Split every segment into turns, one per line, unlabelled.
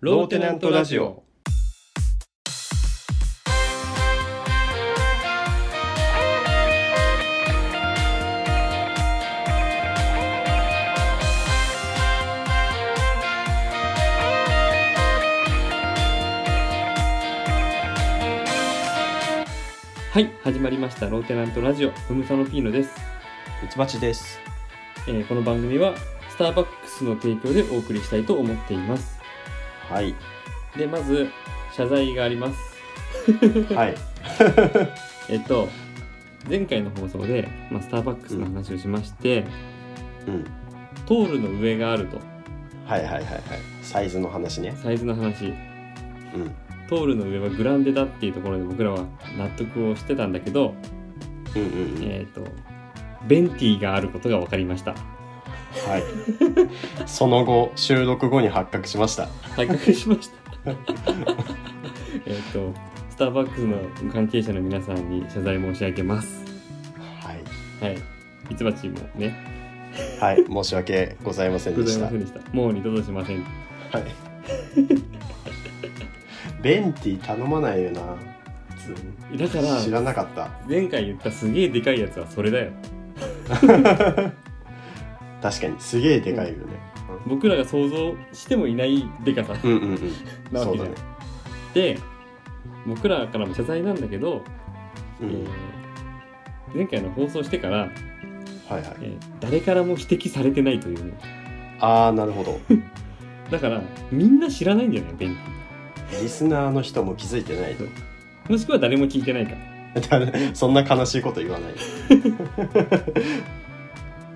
ローテナントラジオ。はい始まりましたローテナントラジオふむさのピーノです、
ミツバチです。
えーこの番組はスターバックスの提供でお送りしたいと思っています
はい。
でまず謝罪があります
はい。
えっと前回の放送で、まあ、スターバックスの話をしまして、
うん。
トールの上があると
はいはいはいはい。サイズの話ね。
サイズの話
うん。
トールの上はグランデだっていうところで僕らは納得をしてたんだけど、
うんうんうん。
えっとベンティーがあることが分かりました
はい。その後、収録後に発覚しました。
発覚しました えっとスターバックスの関係者の皆さんに謝罪申し上げます
はい。
はいミツバチもね
はい。申し訳ございません
ご
で
ざ
し
い
た。
ませんでしたもう二度としません
はい。ベンティ頼まないよな。普通に
だから
知らなかった。
前回言ったすげえでかいやつはそれだよ
確かに、すげえでかいよね。
僕らが想像してもいないでかさ
うんうんうん。
なわ
そ
けじ
うだ
ゃん、
ね。
で僕らからも謝罪なんだけど、
う
え
ん
ー。前回の放送してから、
はいはい。
えー誰からも指摘されてないというね
ああ、なるほど。
だからみんな知らないんじゃないベンテ
リスナーの人も気づいてないと。
ィもしくは誰も聞いてないか
そんな悲しいこと言わない。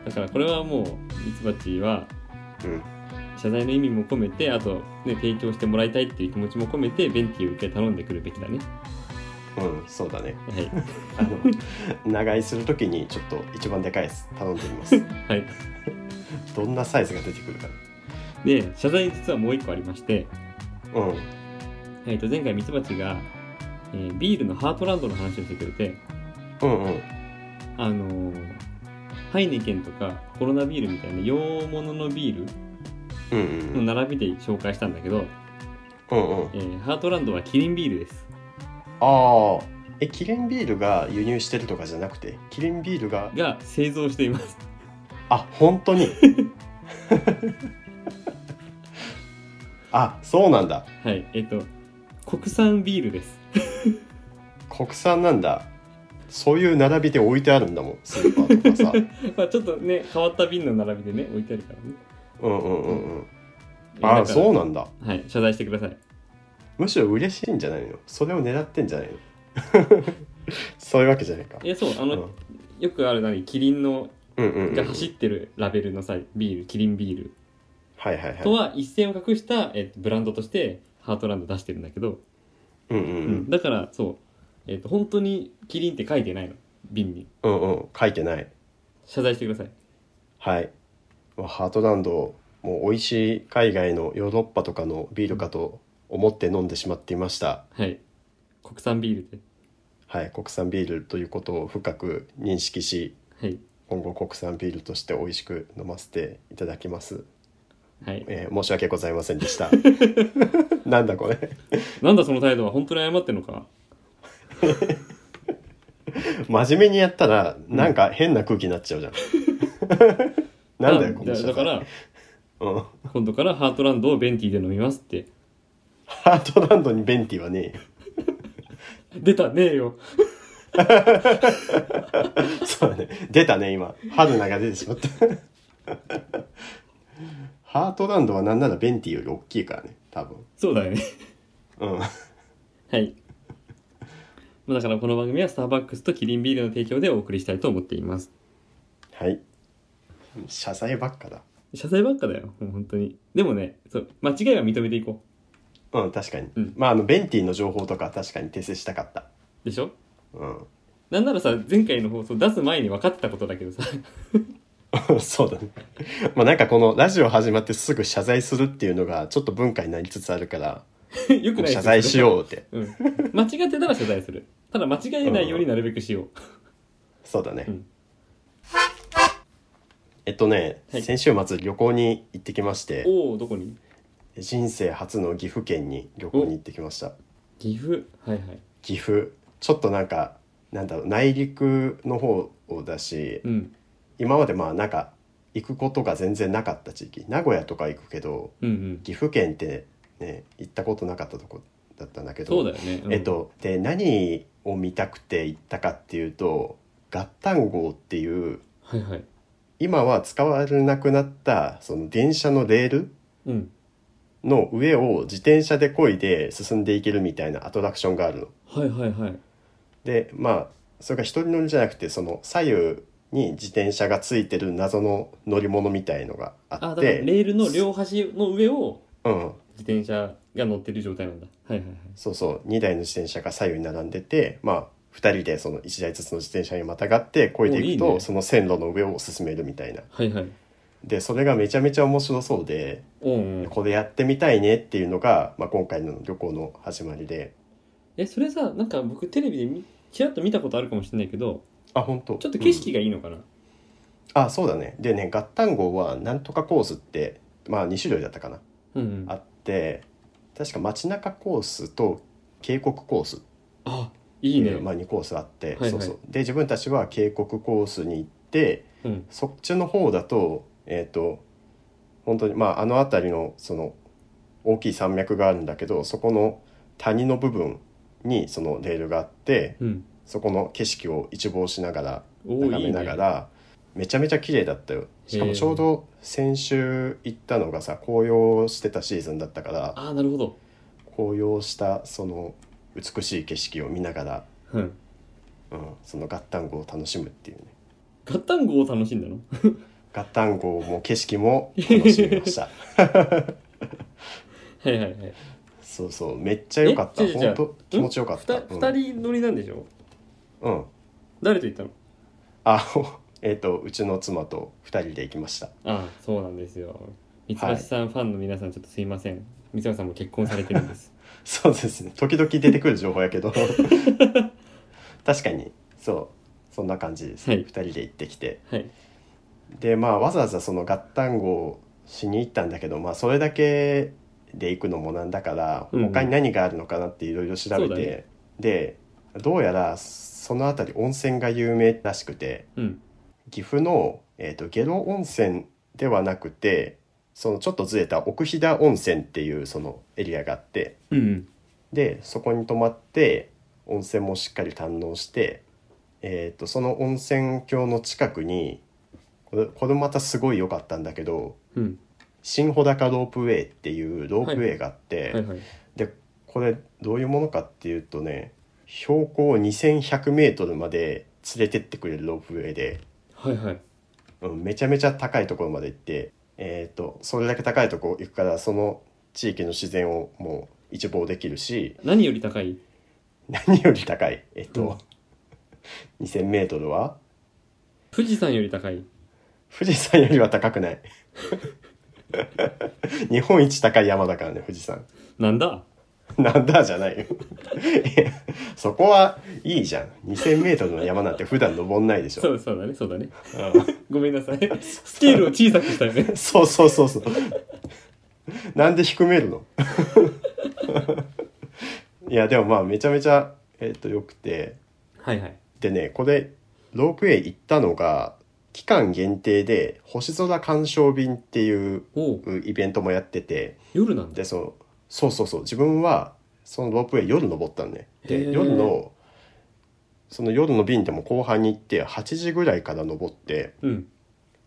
だからこれはもうミツバチは
うん。
謝罪の意味も込めてあと、ね、提供してもらいたいっていう気持ちも込めてベンティを一回頼んでくるべきだね
うん、そうだね。
は
あ の長居するときにちょっと一番でかいやつ頼んでみ ます。
い、はい、
どんなサイズが出てくるか。
で謝罪実はもう一個ありまして、
うん。
えー、と前回ミツバチが、えービールのハートランドの話をしてくれて
うんうん。
あのーハイネケンとかコロナビールみたいな洋物のビール
うんう
の
ん。
並びで紹介したんだけど、
うんうん。
えーハートランドはキリンビールです
ああ。え、キリンビールが輸入してるとかじゃなくて、キリンビールが、
が製造しています
あ、本当に。あ、そうなんだ。
はいえっ、と国産ビールです
国産なんだ。そういう並びで置いてあるんだもん、スーパ ーとかさ。
まあちょっとね変わった瓶の並びでね置いてあるからね
うんうんうんうん。
えー
あ
だ
ー、
から
そうなんだ。
はい謝罪してください
むしろ嬉しいんじゃないのそれを狙ってんじゃないの そういうわけじゃないか。
えそうあ
うん、
の、よくある何キリンの
うんうんうん
が走ってるラベルのさビールキリンビール
はいはいはい。
とは一線を画した、えっとブランドとしてハートランド出してるんだけど、
うんう
うん
ん
だからそう、えっと本当にキリンって書いてないの瓶に
うん。うんうん。書いてない。
謝罪してください
はい。まあハートランド、もう美味しい海外のヨーロッパとかのビールかと思って飲んでしまっていました。
はい国産ビールで
はい。国産ビールということを深く認識し、
はい
今後国産ビールとして美味しく飲ませていただきます。
はい
えー申し訳ございません でした。なんだこれ。
なんだその態度は本当に謝ってんのか
真面目にやったらなんか変な空気になっちゃうじゃん。なんだよこの
だ
人
だから
うん、
今度からハートランドをベンティーで飲みますって
ハートランドにベンティはねえ
出たねえよ
よ そうだね出たね今春菜が出てしまった ハートランドはなんならベンティより大きいからね多分
そうだよね
うん
はい。まあだからこの番組はスターバックスとキリンビールの提供でお送りしたいと思っています。
はい謝罪ばっかだ
謝罪ばっかだよ、もう本当に。でもね、そう、間違いは認めていこ
うん確かに、
うん
まああのベンティの情報とかは確かに訂正したかった
う。でしょ
う
なんならさ、前回の放送出す前に分かってたことだけ どさ、
ん そうだねまあなんかこのラジオ始まってすぐ謝罪するっていうのがちょっと文化になりつつあるから
よくない
謝罪し
う。
ようって
うん。間違ってたら謝罪する。ただ間違えないようになるべくしよう。
そうだね、
うん
えっとね、
はい
先週末旅行に行ってきまして
おおどこに
人生初の岐阜県に旅行に行ってきました
岐阜はいはい
岐阜ちょっとなんかなんだろう内陸の方だし
うん
今までまあなんか行くことが全然なかった地域名古屋とか行くけど
うんうん
岐阜県ってね行ったことなかったとこだったんだけど
そうだよね、うん
えっと、で何を見たくて行ったかっていうと合ン号っていう
はいはい
今は使われなくなったその電車のレール
うん
の上を自転車で漕いで進んでいけるみたいなアトラクションがあるの。
はいはいはい
でまあそれが一人乗りじゃなくてその左右に自転車がついてる謎の乗り物みたいのがあ
あだ
っ
から
て
レールの両端の上を
うん、
自転車が乗ってる状態なんだはいはいはい
そうそう2台の自転車が左右に並んでてまあ2人でその1台ずつの自転車にまたがって越えていく
おい
と
いね
その線路の上を進めるみたいな
はいはい
でそれがめちゃめちゃ面白そうで
うんうん
これやってみたいねっていうのが、まあ、今回の旅行の始まりで
えそれさなんか僕テレビでみちらっと見たことあるかもしれないけど
あ本当
ちょっと景、色がいいのかな、
うんあそうだねでね合ン号はなんとかコースってまあ2種類だったかな
うんうん、
あって確か街中コースと渓谷コース
あいいね、
まあ、2コースあっ
は
て、
いはい
そうそうで自分たちは渓谷コースに行って
うん、
そっちの方だとえっ、と本当にまああの辺りのその大きい山脈があるんだけどそこの谷の部分にそのレールがあって
うん、
そこの景色を一望しながら
おー
眺めながらめちゃめちゃ綺麗だったよしか
へ
も
ー
ちょうど先週行ったのがさ紅葉してたシーズンだったから
ああなるほど、
紅葉したその美しい景色を見ながら、
うん、
うん、その合ン号を楽しむっていうね
ガッタンゴを楽しんだの
合ン号も景色も楽しみ ました
はいはいはい
そうそうめっちゃ良かった
え違う違う
本当気持ちよかった、うん、
2人乗りなんでしょ
うん
誰と行ったの
あ えっ、とうちの妻と2人で行きました
ああそうなんですよ三橋さん、ファンの皆さんちょっとすいません三橋さんも結婚されてるんです
そうですね時々出てくる情報やけど確かにそうそんな感じです、
はい
2人で行ってきて
はい
でまあわざわざその合ン号をしに行ったんだけどまあそれだけで行くのもなんだから
うんうん
他に何があるのかなっていろいろ調べ
そうだ
て、
ね
でどうやらその辺り温泉が有名らしくて
うん
岐阜の、えー、と下呂温泉ではなくてそのちょっとずれた奥飛騨温泉っていうそのエリアがあって
うんうん
でそこに泊まって温泉もしっかり堪能して、えー、とその温泉郷の近くにこれこれまたすごい良かったんだけど
うん
新穂高ロープウェイっていうロープウェイがあって、
はいはい
でこれどういうものかっていうとね標高2100メートルまで連れてってくれるロープウェイで。
はいはい
うん、めちゃめちゃ高いところまで行って、えー、とそれだけ高いところ行くからその地域の自然をもう一望できるし
何より高い
何より高いえっ、と、2000m は
富士山より高い
富士山よりは高くない 日本一高い山だからね富士山
なんだ
なんだじゃないよいやそこはいいじゃん 2000m の山なんて普段登んないでしょ、
そうそうだねそうだね
うん
ごめんなさいスケールを小さくしたよね
そうそうそうそう。なんで低める のいやでもまあめちゃめちゃ、えっとよくて
はいはい
でねこれロープウェイ行ったのが期間限定で星空鑑賞便っていう
おう
イベントもやってて
夜なんだ
でそのそうそうそう自分はそのロープウェイ夜登ったんね
へ
で
ー
夜のその夜の便でも後半に行って8時ぐらいから登って
うん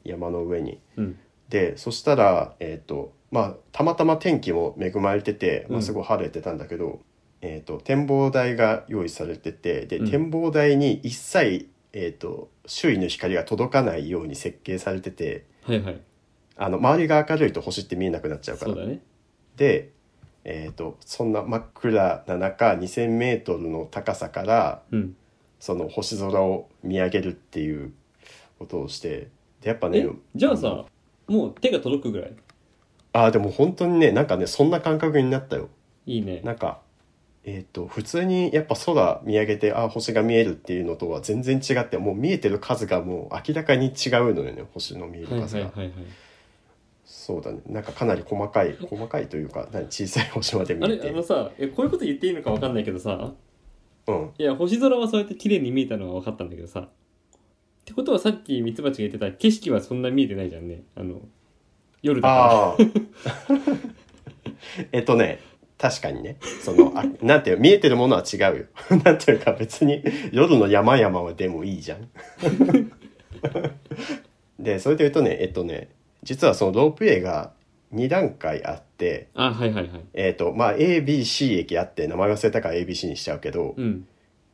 山の上に
うん
でそしたら、えーとまあ、たまたま天気も恵まれてて、
う
まあ、
ん
すごい晴れてたんだけど、えー、と展望台が用意されててで、
うん
展望台に一切、えー、と周囲の光が届かないように設計されてて
はいはい
あの周りが明るいと星って見えなくなっちゃうか
そう
ら。
だね
で、えー、とそんな真っ暗な中 2,000m の高さから
うん
その星空を見上げるっていうことをしてでやっぱね
えじゃあさもう手が届くぐらい
あーでも本当にねなんかねそんな感覚になったよ
いいね
なんかえっ、と普通にやっぱ空見上げてあー星が見えるっていうのとは全然違ってもう見えてる数がもう明らかに違うのよね星の見え
はい
る
はい
数
は
が、
いはい
そうだねなんかかなり細かい細かいというか何小さい星まで見
あ
え
れあ
て
のさえこういうこと言っていいのか分かんないけどさ
うん
いや星空はそうやって綺麗に見えたのは分かったんだけどさってことはさっきミツバチが言ってた景色はそんな見えてないじゃんねあの夜だか
ああえっとね確かにねそのあなんていう見えてるものは違うよ なんていうか別に夜の山々はでもいいじゃん でそれで言うとねえっとね実はそのロープウェイが2段階あって
らあはいはいはい
えっ、とまあ ABC 駅あって名前忘れたから ABC にしちゃうけど、
うん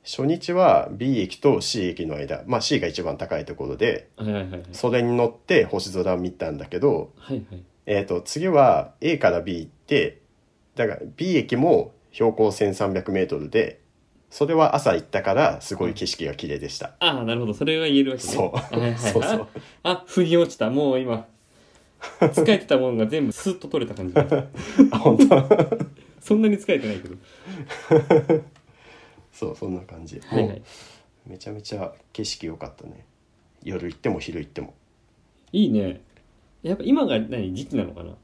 初日は B 駅と C 駅の間、まあ、C が一番高いところで
はいはいはいはい
それに乗って星空を見たんだけど、
はいはい
えー、と次は A から B 行ってだから B 駅も標高 1,300m でそれは朝行ったからすごい景色が綺麗でした。
ああなるほどそれは言えるわけね
そう
はいはいはい
そうそう
ああ腑に落ちたもう今疲れてたものが全部スッと取れた感じ
あ本当
そんなに疲れてないけど
そうそんな感じ、
はいは
も
いう
めちゃめちゃ景色良かったね夜行っても昼行っても
いいねやっぱ今が何時期なのかな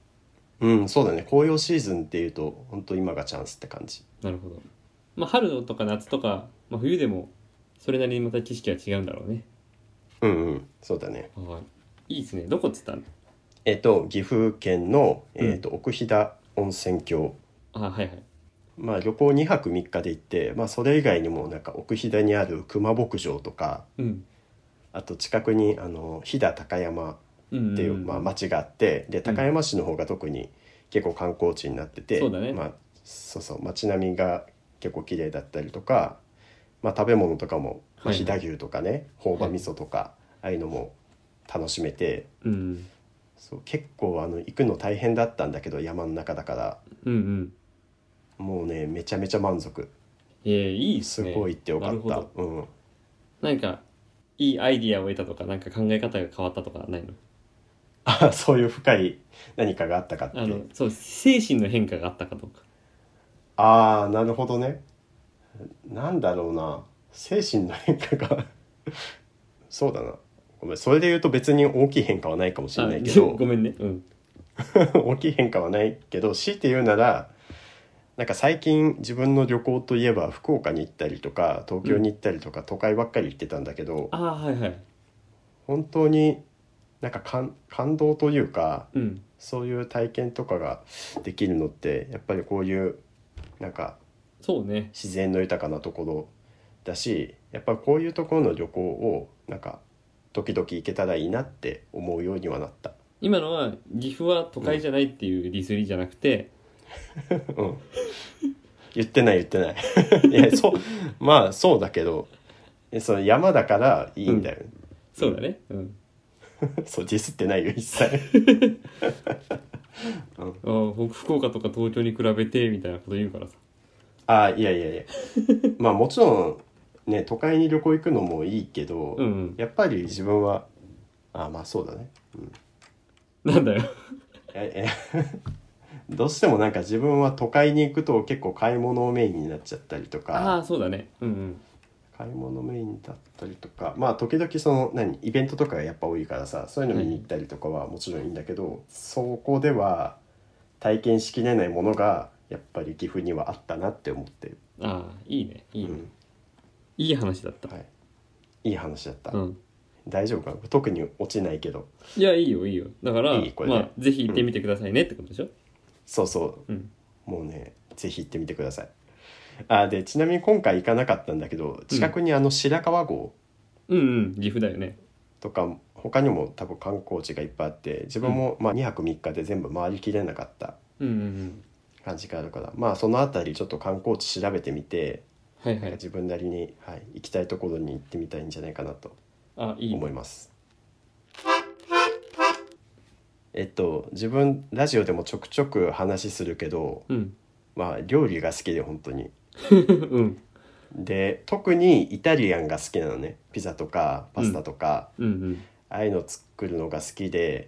うんそうだね紅葉シーズンっていうと本当今がチャンスって感じ
なるほどまあ春とか夏とか、まあ、冬でもそれなりにまた景色は違うんだろうね
うんうんそうだね
はいいいですねどこっつったの
えっと岐阜県の、えっと奥飛騨温泉郷、
あはいはい
まあ、旅行2泊3日で行って、まあ、それ以外にもなんか奥飛騨にある熊牧場とか
うん
あと近くにあの飛騨高山っ
うん
ていう、まあ、町があってで高山市の方が特に結構観光地になってて、
そうだね
まあ、そうそう街並みが結構綺麗だったりとか、まあ、食べ物とかも、まあ
はい
飛騨牛とかね朴葉味噌とか、ああいうのも楽しめて
うん
そう結構あの行くの大変だったんだけど山の中だから
うんうん
もうねめちゃめちゃ満足
えー、いいっす
す
ね
ごい行ってよか
な
っ
るほ
た、
ど
うん。
なんかいいアイディアを得たとかなんか考え方が変わったとかないの
あそういう深い何かがあったかって
あのそう精神の変化があったかどうか
ああなるほどねなんだろうな精神の変化が そうだなごめんそれで言うと別に大きい変化はないかもしれないけ
あ
ど
ごめんねうん、
大きい変化はないけど強いて言うならなんか最近自分の旅行といえば福岡に行ったりとか東京に行ったりとか、都会ばっかり行ってたんだけど
ああはいはい
本当になんか感感動というか
うん
そういう体験とかができるのってやっぱりこういうなんか
そうね
自然の豊かなところだしやっぱこういうところの旅行をなんか時々行けたらいいなって思うようにはなった。
今のは岐阜は都会じゃないっていうディスりじゃなくて、
うん、言ってない言ってないいや そうまあそうだけどえその山だからいいんだよ、
そうだねうん
そうディスってないよ一切
あー僕福岡とか東京に比べてみたいなこと言うからさ
あいやいやいやまあもちろんね都会に旅行行くのもいいけど、
うんうん
やっぱり自分はあまあそうだね
なんだよ
ええ どうしてもなんか自分は都会に行くと結構買い物をメインになっちゃったりと
あ
か
あそうだねうんうん
買い物メインだったりとかまあ時々その何イベントとかがやっぱ多いからさそういうの見に行ったりとかはもちろんいいんだけど、そこでは体験しきれないものがやっぱり岐阜にはあったなって思ってる、
ああいいねいいね、
うん
いい話だった、
はい、いい話だった、
うん
大丈夫かな特に落ちないけど
いやいいよいいよだから
いいこれ
ま
ね
あぜひ行ってみてくださいねってことでしょ
そうそう
うん
もうねぜひ行ってみてくださいあでちなみに今回行かなかったんだけど近くにあの白川郷
うんうん岐阜だよね
とか、他にも多分観光地がいっぱいあって自分もまあ2泊3日で全部回りきれなかった
うんうんうん
感じがあるからまあその辺りちょっと観光地調べてみて、
はいは
なんか
い
自分なりに、はい、行きたいところに行ってみたいんじゃないかなと
あいい
思います。えっと自分ラジオでもちょくちょく話するけど、
うん
まあ、料理が好きで本当に
うん
で特にイタリアンが好きなのねピザとかパスタとか、
うんうん
ああいうの作るのが好きで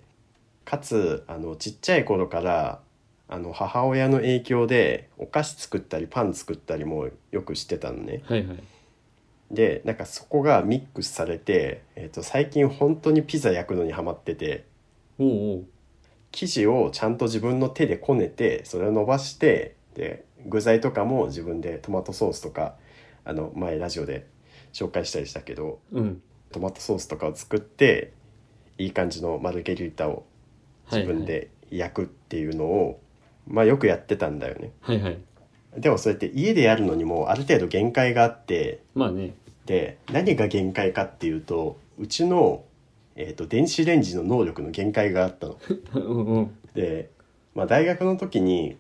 かつあのちっちゃい頃からあの母親の影響でお菓子作ったりパン作ったりもよくしてたのね
はいはい
でなんかそこがミックスされて、えっと最近本当にピザ焼くのにハマってて
おうおう
生地をちゃんと自分の手でこねてそれを伸ばしてで具材とかも自分でトマトソースとかあの前ラジオで紹介したりしたけど
うん
トマトソースとかを作っていい感じのマルゲリータを自分で焼くっていうのを、まあよくやってたんだよね
はいはい、はいはい、
でもそうやって家でやるのにもある程度限界があって
まあね
で何が限界かっていうとうちの、えー、と電子レンジの能力の限界があったの。
うんうん
で、まあ、大学の時に、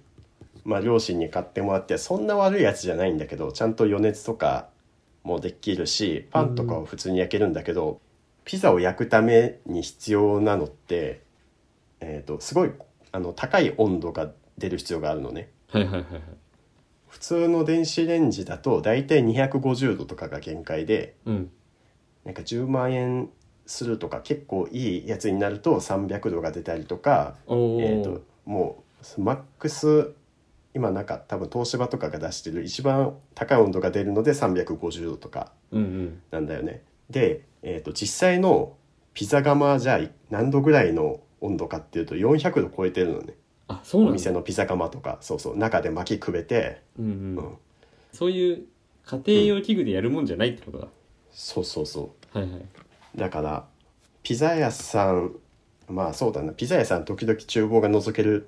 まあ、両親に買ってもらってそんな悪いやつじゃないんだけどちゃんと余熱とかもできるしパンとかを普通に焼けるんだけど、ピザを焼くために必要なのって、えー、とすごいあの高い温度が出る必要があるのね。
はいはいはいはい
普通の電子レンジだと大体250度とかが限界で
うん
なんか10万円するとか結構いいやつになると300度が出たりとか
おお、
えー、ともうマックス今なんか多分東芝とかが出してる一番高い温度が出るので350度とか
うんうん
なんだよね。で、えー、と実際のピザ窯じゃあ何度ぐらいの温度かっていうと400度超えてるのね
あそう
お
なんだ
店のピザ窯とかそうそう中で巻きくべて、
うんうん
うん、
そういう家庭用器具でやるもんじゃないってことだ、
そうそうそう
はいはい
だからピザ屋さんまあそうだなピザ屋さん時々厨房が覗ける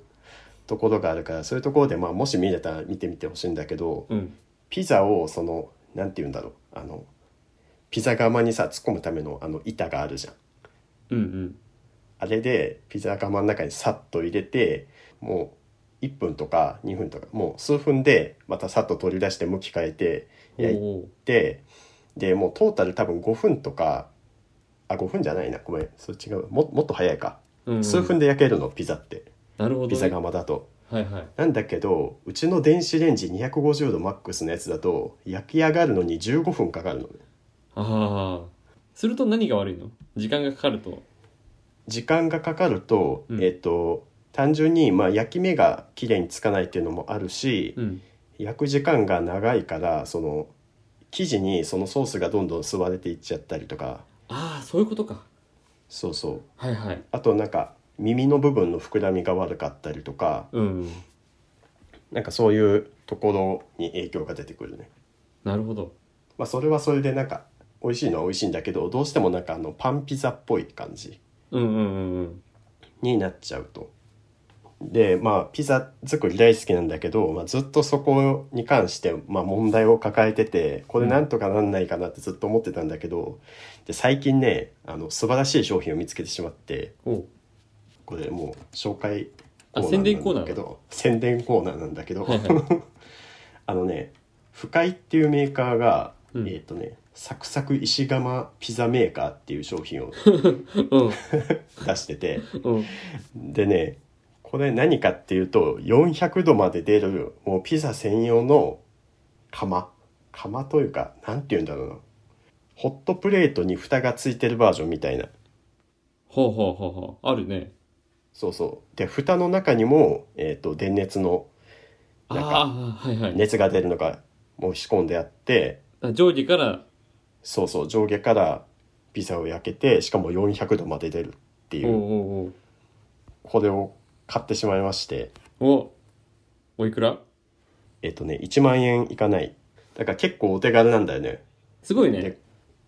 ところがあるからそういうところで、まあ、もし見れたら見てみてほしいんだけど
うん
ピザをそのなんて言うんだろうあのピザ窯にさ突っ込むためのあの板があるじゃん
うんうん
あれでピザ窯の中にさっと入れてもう1分とか2分とかもう数分でまたさっと取り出して向き変えて
お
焼い
お
ででもうトータル多分5分とかあ5分じゃないなごめんそれ違うももっと早いか、
うんうん
数分で焼けるのピザって
なるほどね、
ピザ窯だと
はいはい
なんだけどうちの電子レンジ250度マックスのやつだと焼き上がるのに15分かかるのね
ああすると何が悪いの時間がかかると
時間がかかると、
うん
えっ、と単純にまあ焼き目が綺麗につかないっていうのもあるし、
うん
焼く時間が長いからその生地にそのソースがどんどん吸われていっちゃったりとか
ああそういうことか
そうそう
はいはい
あとなんか耳の部分の膨らみが悪かったりとか
うん
なんかそういうところに影響が出てくるね、
なるほど
まあ、それはそれでなんか美味しいのは美味しいんだけどどうしてもなんかあのパンピザっぽい感じ
うんうんうんうん
になっちゃうとでまあピザ作り大好きなんだけど、まあ、ずっとそこに関して、まあ、問題を抱えててこれなんとかなんないかなってずっと思ってたんだけどで最近ねあの素晴らしい商品を見つけてしまって
おう
これもう紹介
あ
なん
宣伝コーナー
だけど宣伝コーナーなんだけど
はい は
あのね不快っていうメーカーが、
うん
えーっ、とねサクサク石窯ピザメーカーっていう商品を
うん
出してて
うん
でねこれ何かっていうと400度まで出るもうピザ専用の窯窯というかなんて言うんだろうなホットプレートに蓋がついてるバージョンみたいな
ほうほうほうほうあるね
そうそうで蓋の中にも、えーっと電熱の
あ
なんか
あーはいはい、
熱が出るのがもう仕込んであって
あ上下から
そうそう上下からピザを焼けてしかも400度まで出るってい
おう
う
おう
これを買ってしまいまして
おうおおいくら
えっとね1万円いかないだから結構お手軽なんだよね
すごいね
で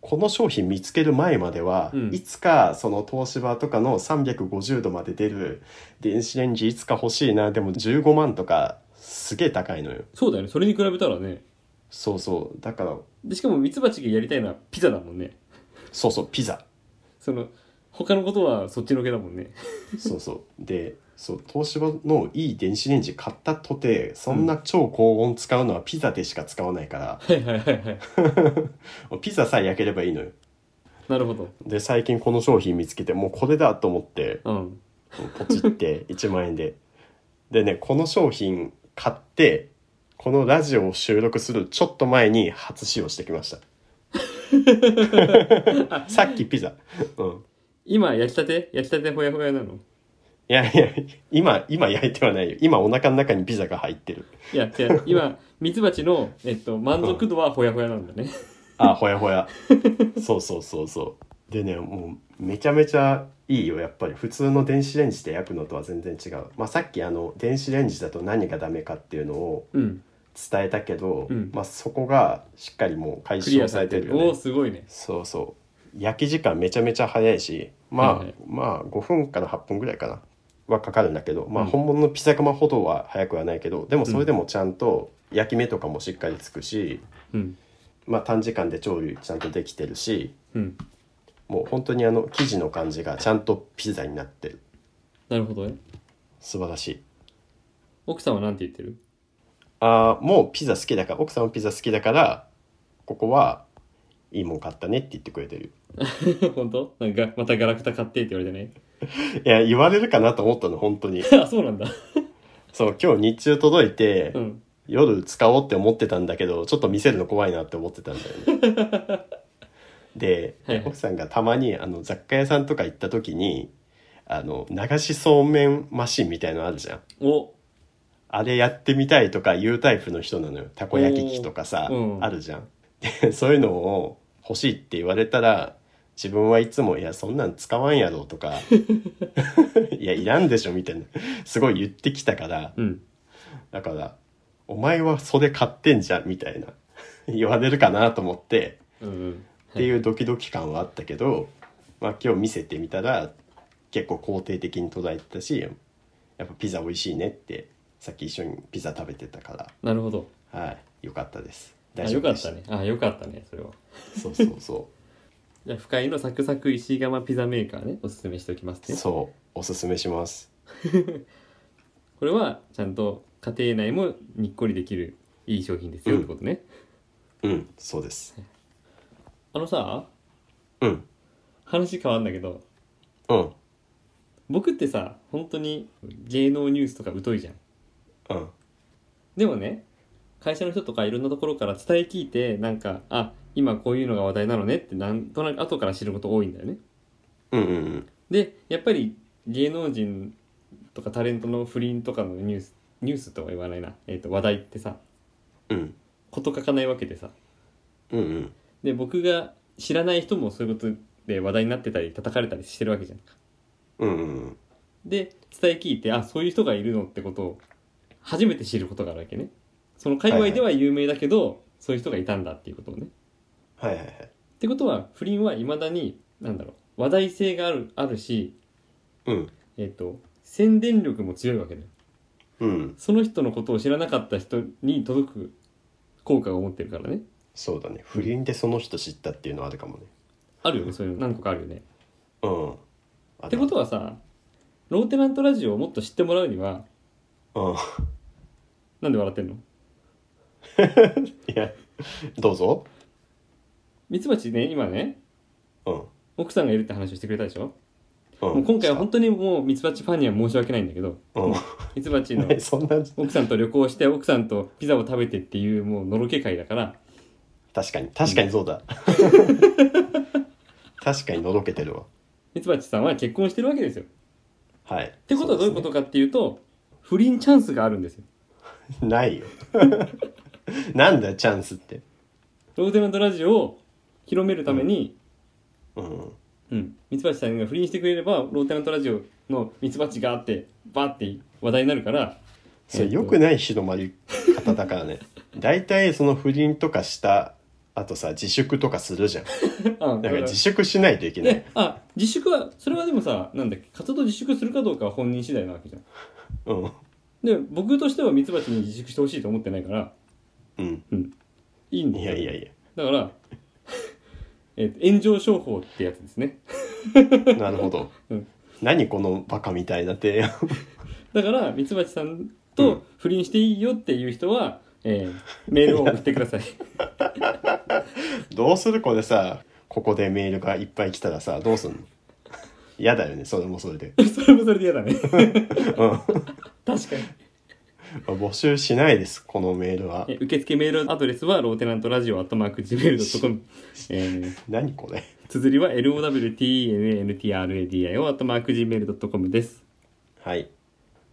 この商品見つける前までは、
うん
いつかその東芝とかの350度まで出る電子レンジいつか欲しいなでも15万とかすげえ高いのよ
そうだよねそれに比べたらね
そうそうだから
でしかもミツバチがやりたいのはピザだもんね
そうそう ピザ
その他のことはそっちのけだもんね
そうそうでそう東芝のいい電子レンジ買ったとてそんな超高温使うのはピザでしか使わないから、
はいはいはいはい
ピザさえ焼ければいいのよ
なるほど
で最近この商品見つけてもうこれだと思って
うん
ポチって1万円ででねこの商品買ってこのラジオを収録するちょっと前に初使用してきましたさっきピザうん
今焼きたて焼きたてほやほやなの
いやいや今今焼いてはないよ今お腹の中にピザが入ってる
いや違う今ミツバチの、えっと、満足度はほやほやなんだね
あほやほやそうそうそうそうでねもうめちゃめちゃいいよやっぱり普通の電子レンジで焼くのとは全然違う、まあ、さっきあの電子レンジだと何がダメかっていうのを
うん
伝えたけど、
うん
まあ、そこがしっかりもう解
クリ
消
ア
さ
さ
れ
れ
て
て
る
る
よ
おお
ね
ーすごいね
そうそう焼き時間めちゃめちゃ早いしまあ、
はいはい
まあ5分から8分ぐらいかなはかかるんだけど、まあ、
うん
本物のピザ窯ほどは早くはないけどでもそれでもちゃんと焼き目とかもしっかりつくし、
うん
まあ、短時間で調理ちゃんとできてるし
うん
もう本当にあの生地の感じがちゃんとピザになってる
なるほどね
素晴らしい
奥さんはなんて言ってる
ああもうピザ好きだから奥さんもピザ好きだからここはいいもん買ったねって言ってくれてる
本当なんかまたガラクタ買ってって言われてね
いや言われるかなと思ったの本当に
あそうなんだ
そう今日日中届いて、
うん
夜使おうって思ってたんだけどちょっと見せるの怖いなって思ってたんだよね で、
はいはい
奥さんがたまにあの雑貨屋さんとか行った時にあの流しそうめんマシンみたいのあるじゃん
お
あれやってみたいとかいうタイプの人なのよたこ焼き器とかさ、
おーうん
あるじゃんでそういうのを欲しいって言われたら自分はいつも「いやそんなん使わんやろ」とか 「いやいらんでしょ」みたいなすごい言ってきたから
うん
だから「お前はそれ買ってんじゃん」みたいな言われるかなと思って
うんうん
っていうドキドキ感はあったけど、まあ、今日見せてみたら結構肯定的に捉えてたしやっぱピザ美味しいねってさっき一緒にピザ食べてたか
なるほど
らはいよかったです
あ
大
よ
丈夫
か
で
っ
した
たねあよかったねそれは
そうそうそ
じゃあ深井のサクサク石窯ピザメーカーねおすすめしておきます
う
ね
そうおすすめします
これはちゃんと家庭内もにっこりできるいい商品ですよってことね、
うんそうです
あのさ
うん
話変わるんだけど
うん
僕ってさ本当に芸能ニュースとか疎いじゃん
うん
でもね会社の人とかいろんなところから伝え聞いてなんかあ今こういうのが話題なのねってなんとなく後から知ること多いんだよね
うんうんうん
でやっぱり芸能人とかタレントの不倫とかのニュースニュースとは言わないな、えー、と話題ってさ
うん
事書かないわけでさ
うんうん
で僕が知らない人もそういうことで話題になってたり叩かれたりしてるわけじゃん
うんうん
で伝え聞いてあそういう人がいるのってことを初めて知ることがあるわけねその界隈では有名だけど、そういう人がいたんだっていうことをね
はいはいはい
ってことは不倫はいまだになんだろう話題性があるあるし、
うん
えっと宣伝力も強いわけだよ
うん
その人のことを知らなかった人に届く効果を持ってるからね
そうだね不倫でその人知ったっていうのはあるかもね
あるよねそういうの何個かあるよね
うんあ
ってことはさローテナントラジオをもっと知ってもらうには
うん
なんで笑ってんの
いや、どうぞ。
ミツバチね今ね
うん。
奥さんがいるって話をしてくれたでしょ、
う
も
ん、
う今回は本当にもうミツバチファンには申し訳ないんだけど
う
ミツバチ の
ん。そんな、
奥さんと旅行して奥さんとピザを食べてっていうもうのろけ会だから
確かに、確かにそ うだ。確かにのろけてるわ。
ミツバチさんは結婚してるわけですよ。
はい。っ
ってことはどういうことかっていうと不倫チャンスがあるんですよ。
ないよ。 なんだよ、チャンスって。
ローテナントラジオを広めるために、
うん。
うん、ミツバチさんが不倫してくれればローテナントラジオのミツバチがあってバーって話題になるから
そ
え
れ、
っと
良くない広まり方だからね。大体、その不倫とかした、あとさ、自粛とかするじゃん。
あ
だ
だ
か
からら
自粛しないといけない
で。あ自粛はそれはでもさなんだっけ活動自粛するかどうかは本人次第なわけじゃん。
うん。
で僕としてはミツバチに自粛してほしいと思ってないから
うん。
いいんだ
い
よ
やいやい
だから、 えっと炎上商法ってやつですね。
や。なるほど。
うん
何このバカみたいな提案。
だからミツバチさん
う
と
ん
不倫していいよっていう人は、えーメールを送ってください
どうするこれさここでメールがいっぱい来たらさどうすんの嫌だよねそれもそれで、
それもそれで嫌だ ね
うん、募
確かに
集しないですこのメールは
え受付メールアドレスはローテナントラジオアットマーク Gmail.com えー
何これ
綴りは LOWTENNTRADIO アットマーク Gmail.com です
はい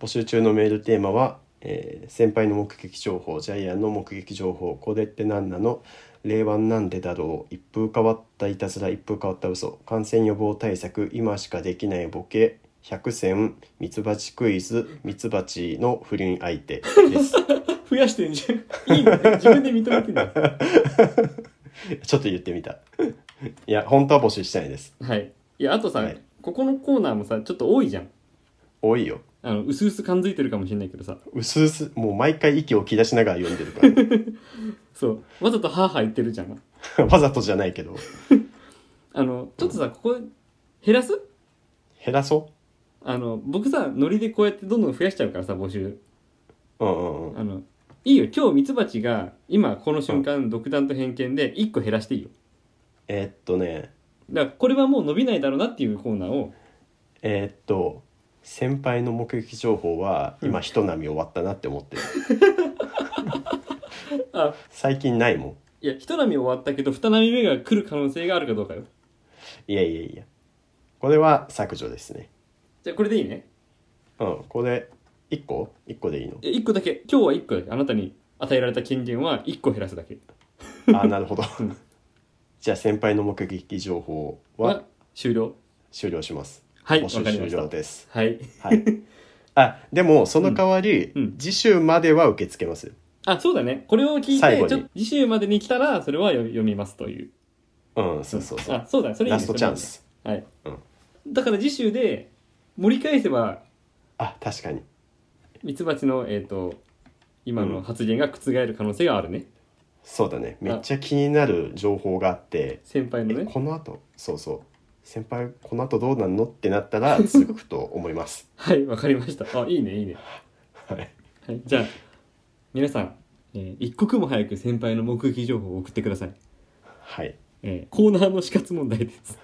募集中のメールテーマは、えー先輩の目撃情報ジャイアンの目撃情報これって何なの令和なんでだろう一風変わったいたずら一風変わった嘘感染予防対策今しかできないボケ100選ミツバチクイズミツバチの不倫相手です
増やしてんじゃん。いいね。自分で認めてんだ。
ちょっと言ってみたいや本当は募集したいです
はい。いや、あとさ、
はい
ここのコーナーもさ、ちょっと多いじゃん。
多いよ
あの、うすうす感づいてるかもしれないけどさ、
うすうすもう毎回息を吹き出しながら読んでるからね、
そう、わざとハーハー言ってるじゃん。
わざとじゃないけど
あの、ちょっとさ、ここ、減らす
減らそ
あの、僕さ、ノリでこうやってどんどん増やしちゃうからさ、募集。
ううんうんうん
あの、いいよ、今日ミツバチが、今この瞬間、独断と偏見で1個減らしていいよ。
えーっとね
だから、これはもう伸びないだろうなっていうコーナーを、
えーっと先輩の目撃情報は今ひと波終わったなって思ってる
あ、
最近ないも
いや、一波終わったけど、二波目が来る可能性があるかどうかよ。
んいやいやいやこれは削除ですね
じゃあ、これでいいね。
うんこれ1個1個でいいの
いや一個だけ今日は一個だけあなたに与えられた権限は一個減らすだけ
あーなるほど
うん
じゃあ先輩の目撃情報
は
は
終了
終了します
はい
募
わ
集
かりま
終
した
了です
はい
はいあでもその代わり、
うんうん
次週までは受け付けます
あそうだねこれを聞い
最後
て
に
ちょっと次週までに来たらそれは読読みますという
うんそうそうそう
あそうだねそれいい、
ラ
ね、
ストチャンス
それいいね
う
はい、だから次週で盛り返せば
あ確かに
ミツバチのえっ、と今の発言が覆る可能性があるね、
そうだねめっちゃ気になる情報があって
先輩の
え
ね
この後そうそう先輩この後どうなんのってなったら続くと思います
はいわかりましたあいいねいいね、
はい
はい、じゃあ皆さん、えー一刻も早く先輩の目撃情報を送ってください、
はい
えーコーナーの死活問題です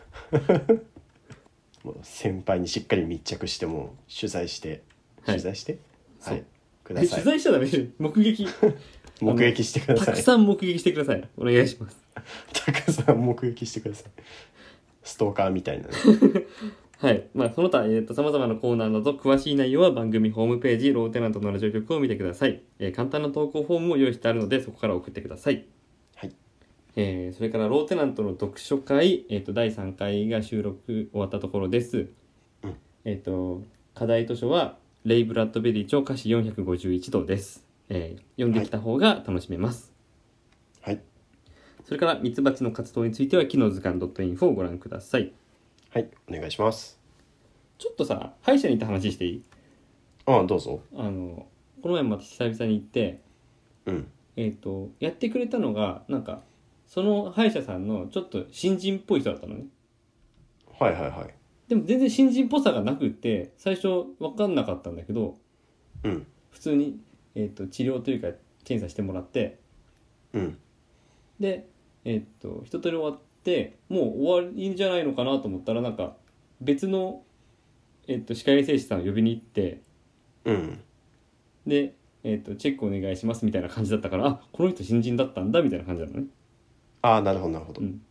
もう先輩にしっかり密着してもう取材して
はい
取材して
そ
は
う
い、くだ
え
さ
取
い
材しちゃダメです目撃
目撃してくだ
た
さ
く
い
さん目撃してくださいお願いします
たくさん目撃してくださいストーカーみたいなね
はいまあその他えっ、とさまざまなコーナーなど詳しい内容は番組ホームページローテナントのラジオ局を見てください、えー簡単な投稿フォームを用意してあるのでそこから送ってください
はい
えーそれからローテナントの読書会、えー、と第3回が収録終わったところです、
うん
えっ、と課題図書はレイ・ブラッドベリー著歌詞451度です、えー読んできた方が楽しめます、
はい
それからミツバチの活動については機能図鑑 .info をご覧ください。
はいお願いします
ちょっとさ、歯医者に行った話していい
あどうぞ
あの、この前も私久々に行って、
うん
えっ、と、やってくれたのが、なんか、その歯医者さんのちょっと新人っぽい人だったのね。
はいはいはい
でも全然新人っぽさがなくって、最初わかんなかったんだけど、
うん
普通に、えっ、と、治療というか検査してもらって、
うん
で、えっ、と、一通り終わって、もう終わりじゃないのかなと思ったら、なんか、別の、えっ、と、歯科衛生士さんを呼びに行って、
うん
で、えっとチェックお願いしますみたいな感じだったからあこの人新人だったんだみたいな感じなのね
ああなるほどなるほど
うん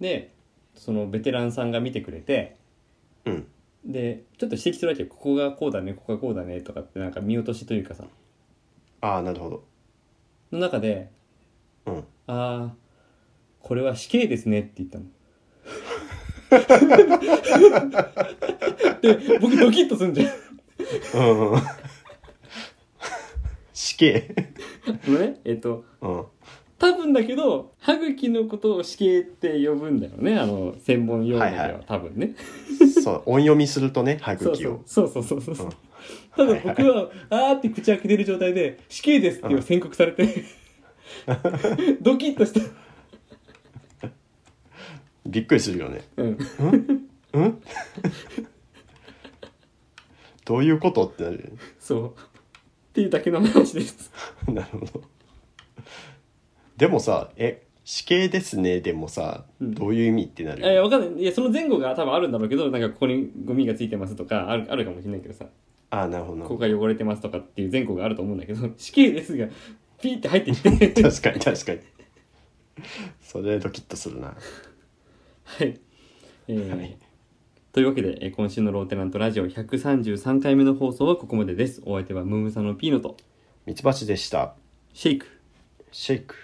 でそのベテランさんが見てくれて
うん
でちょっと指摘するわけよここがこうだねここがこうだねとかってなんか見落としというかさ
ああなるほど
の中で
うん
「ああこれは死刑ですね」って言ったの。で僕ドキッとすんじゃん。
うんうん死刑
あのねえっと
うん
多分だけど歯茎のことを死刑って呼ぶんだよねあの専門用語では、
はいはい
多分ね。
そう音読みするとね歯
そう
茎
そ
を
うそうそうそうそうそう
うん
ただ僕は、あーって口開けてる状態で「死刑です」っていう宣告され てドキッとした、
びっくりするよね
うん、
どういうことってなるよね
そうっていうだけの話です
なるほどでもさえ死刑ですねでもさ、
うん
どういう意味ってな
い
る
や
よね
わかんないいやその前後が多分あるんだろうけどなんかここにゴミがついてますとかあるあるかもしれないけどさ
ああなるほどな
こ
るほ
こ
ど
が汚れてますとかっていう前後があると思うんだけど死刑ですがピーって入ってき て
確かに確かにそれドキッとするな
はい、えー
はい
というわけでえー今週のローテナントラジオ133回目の放送はここまでですお相手はムームさんのピーノと
ミツバチでした
シェイク
シェイク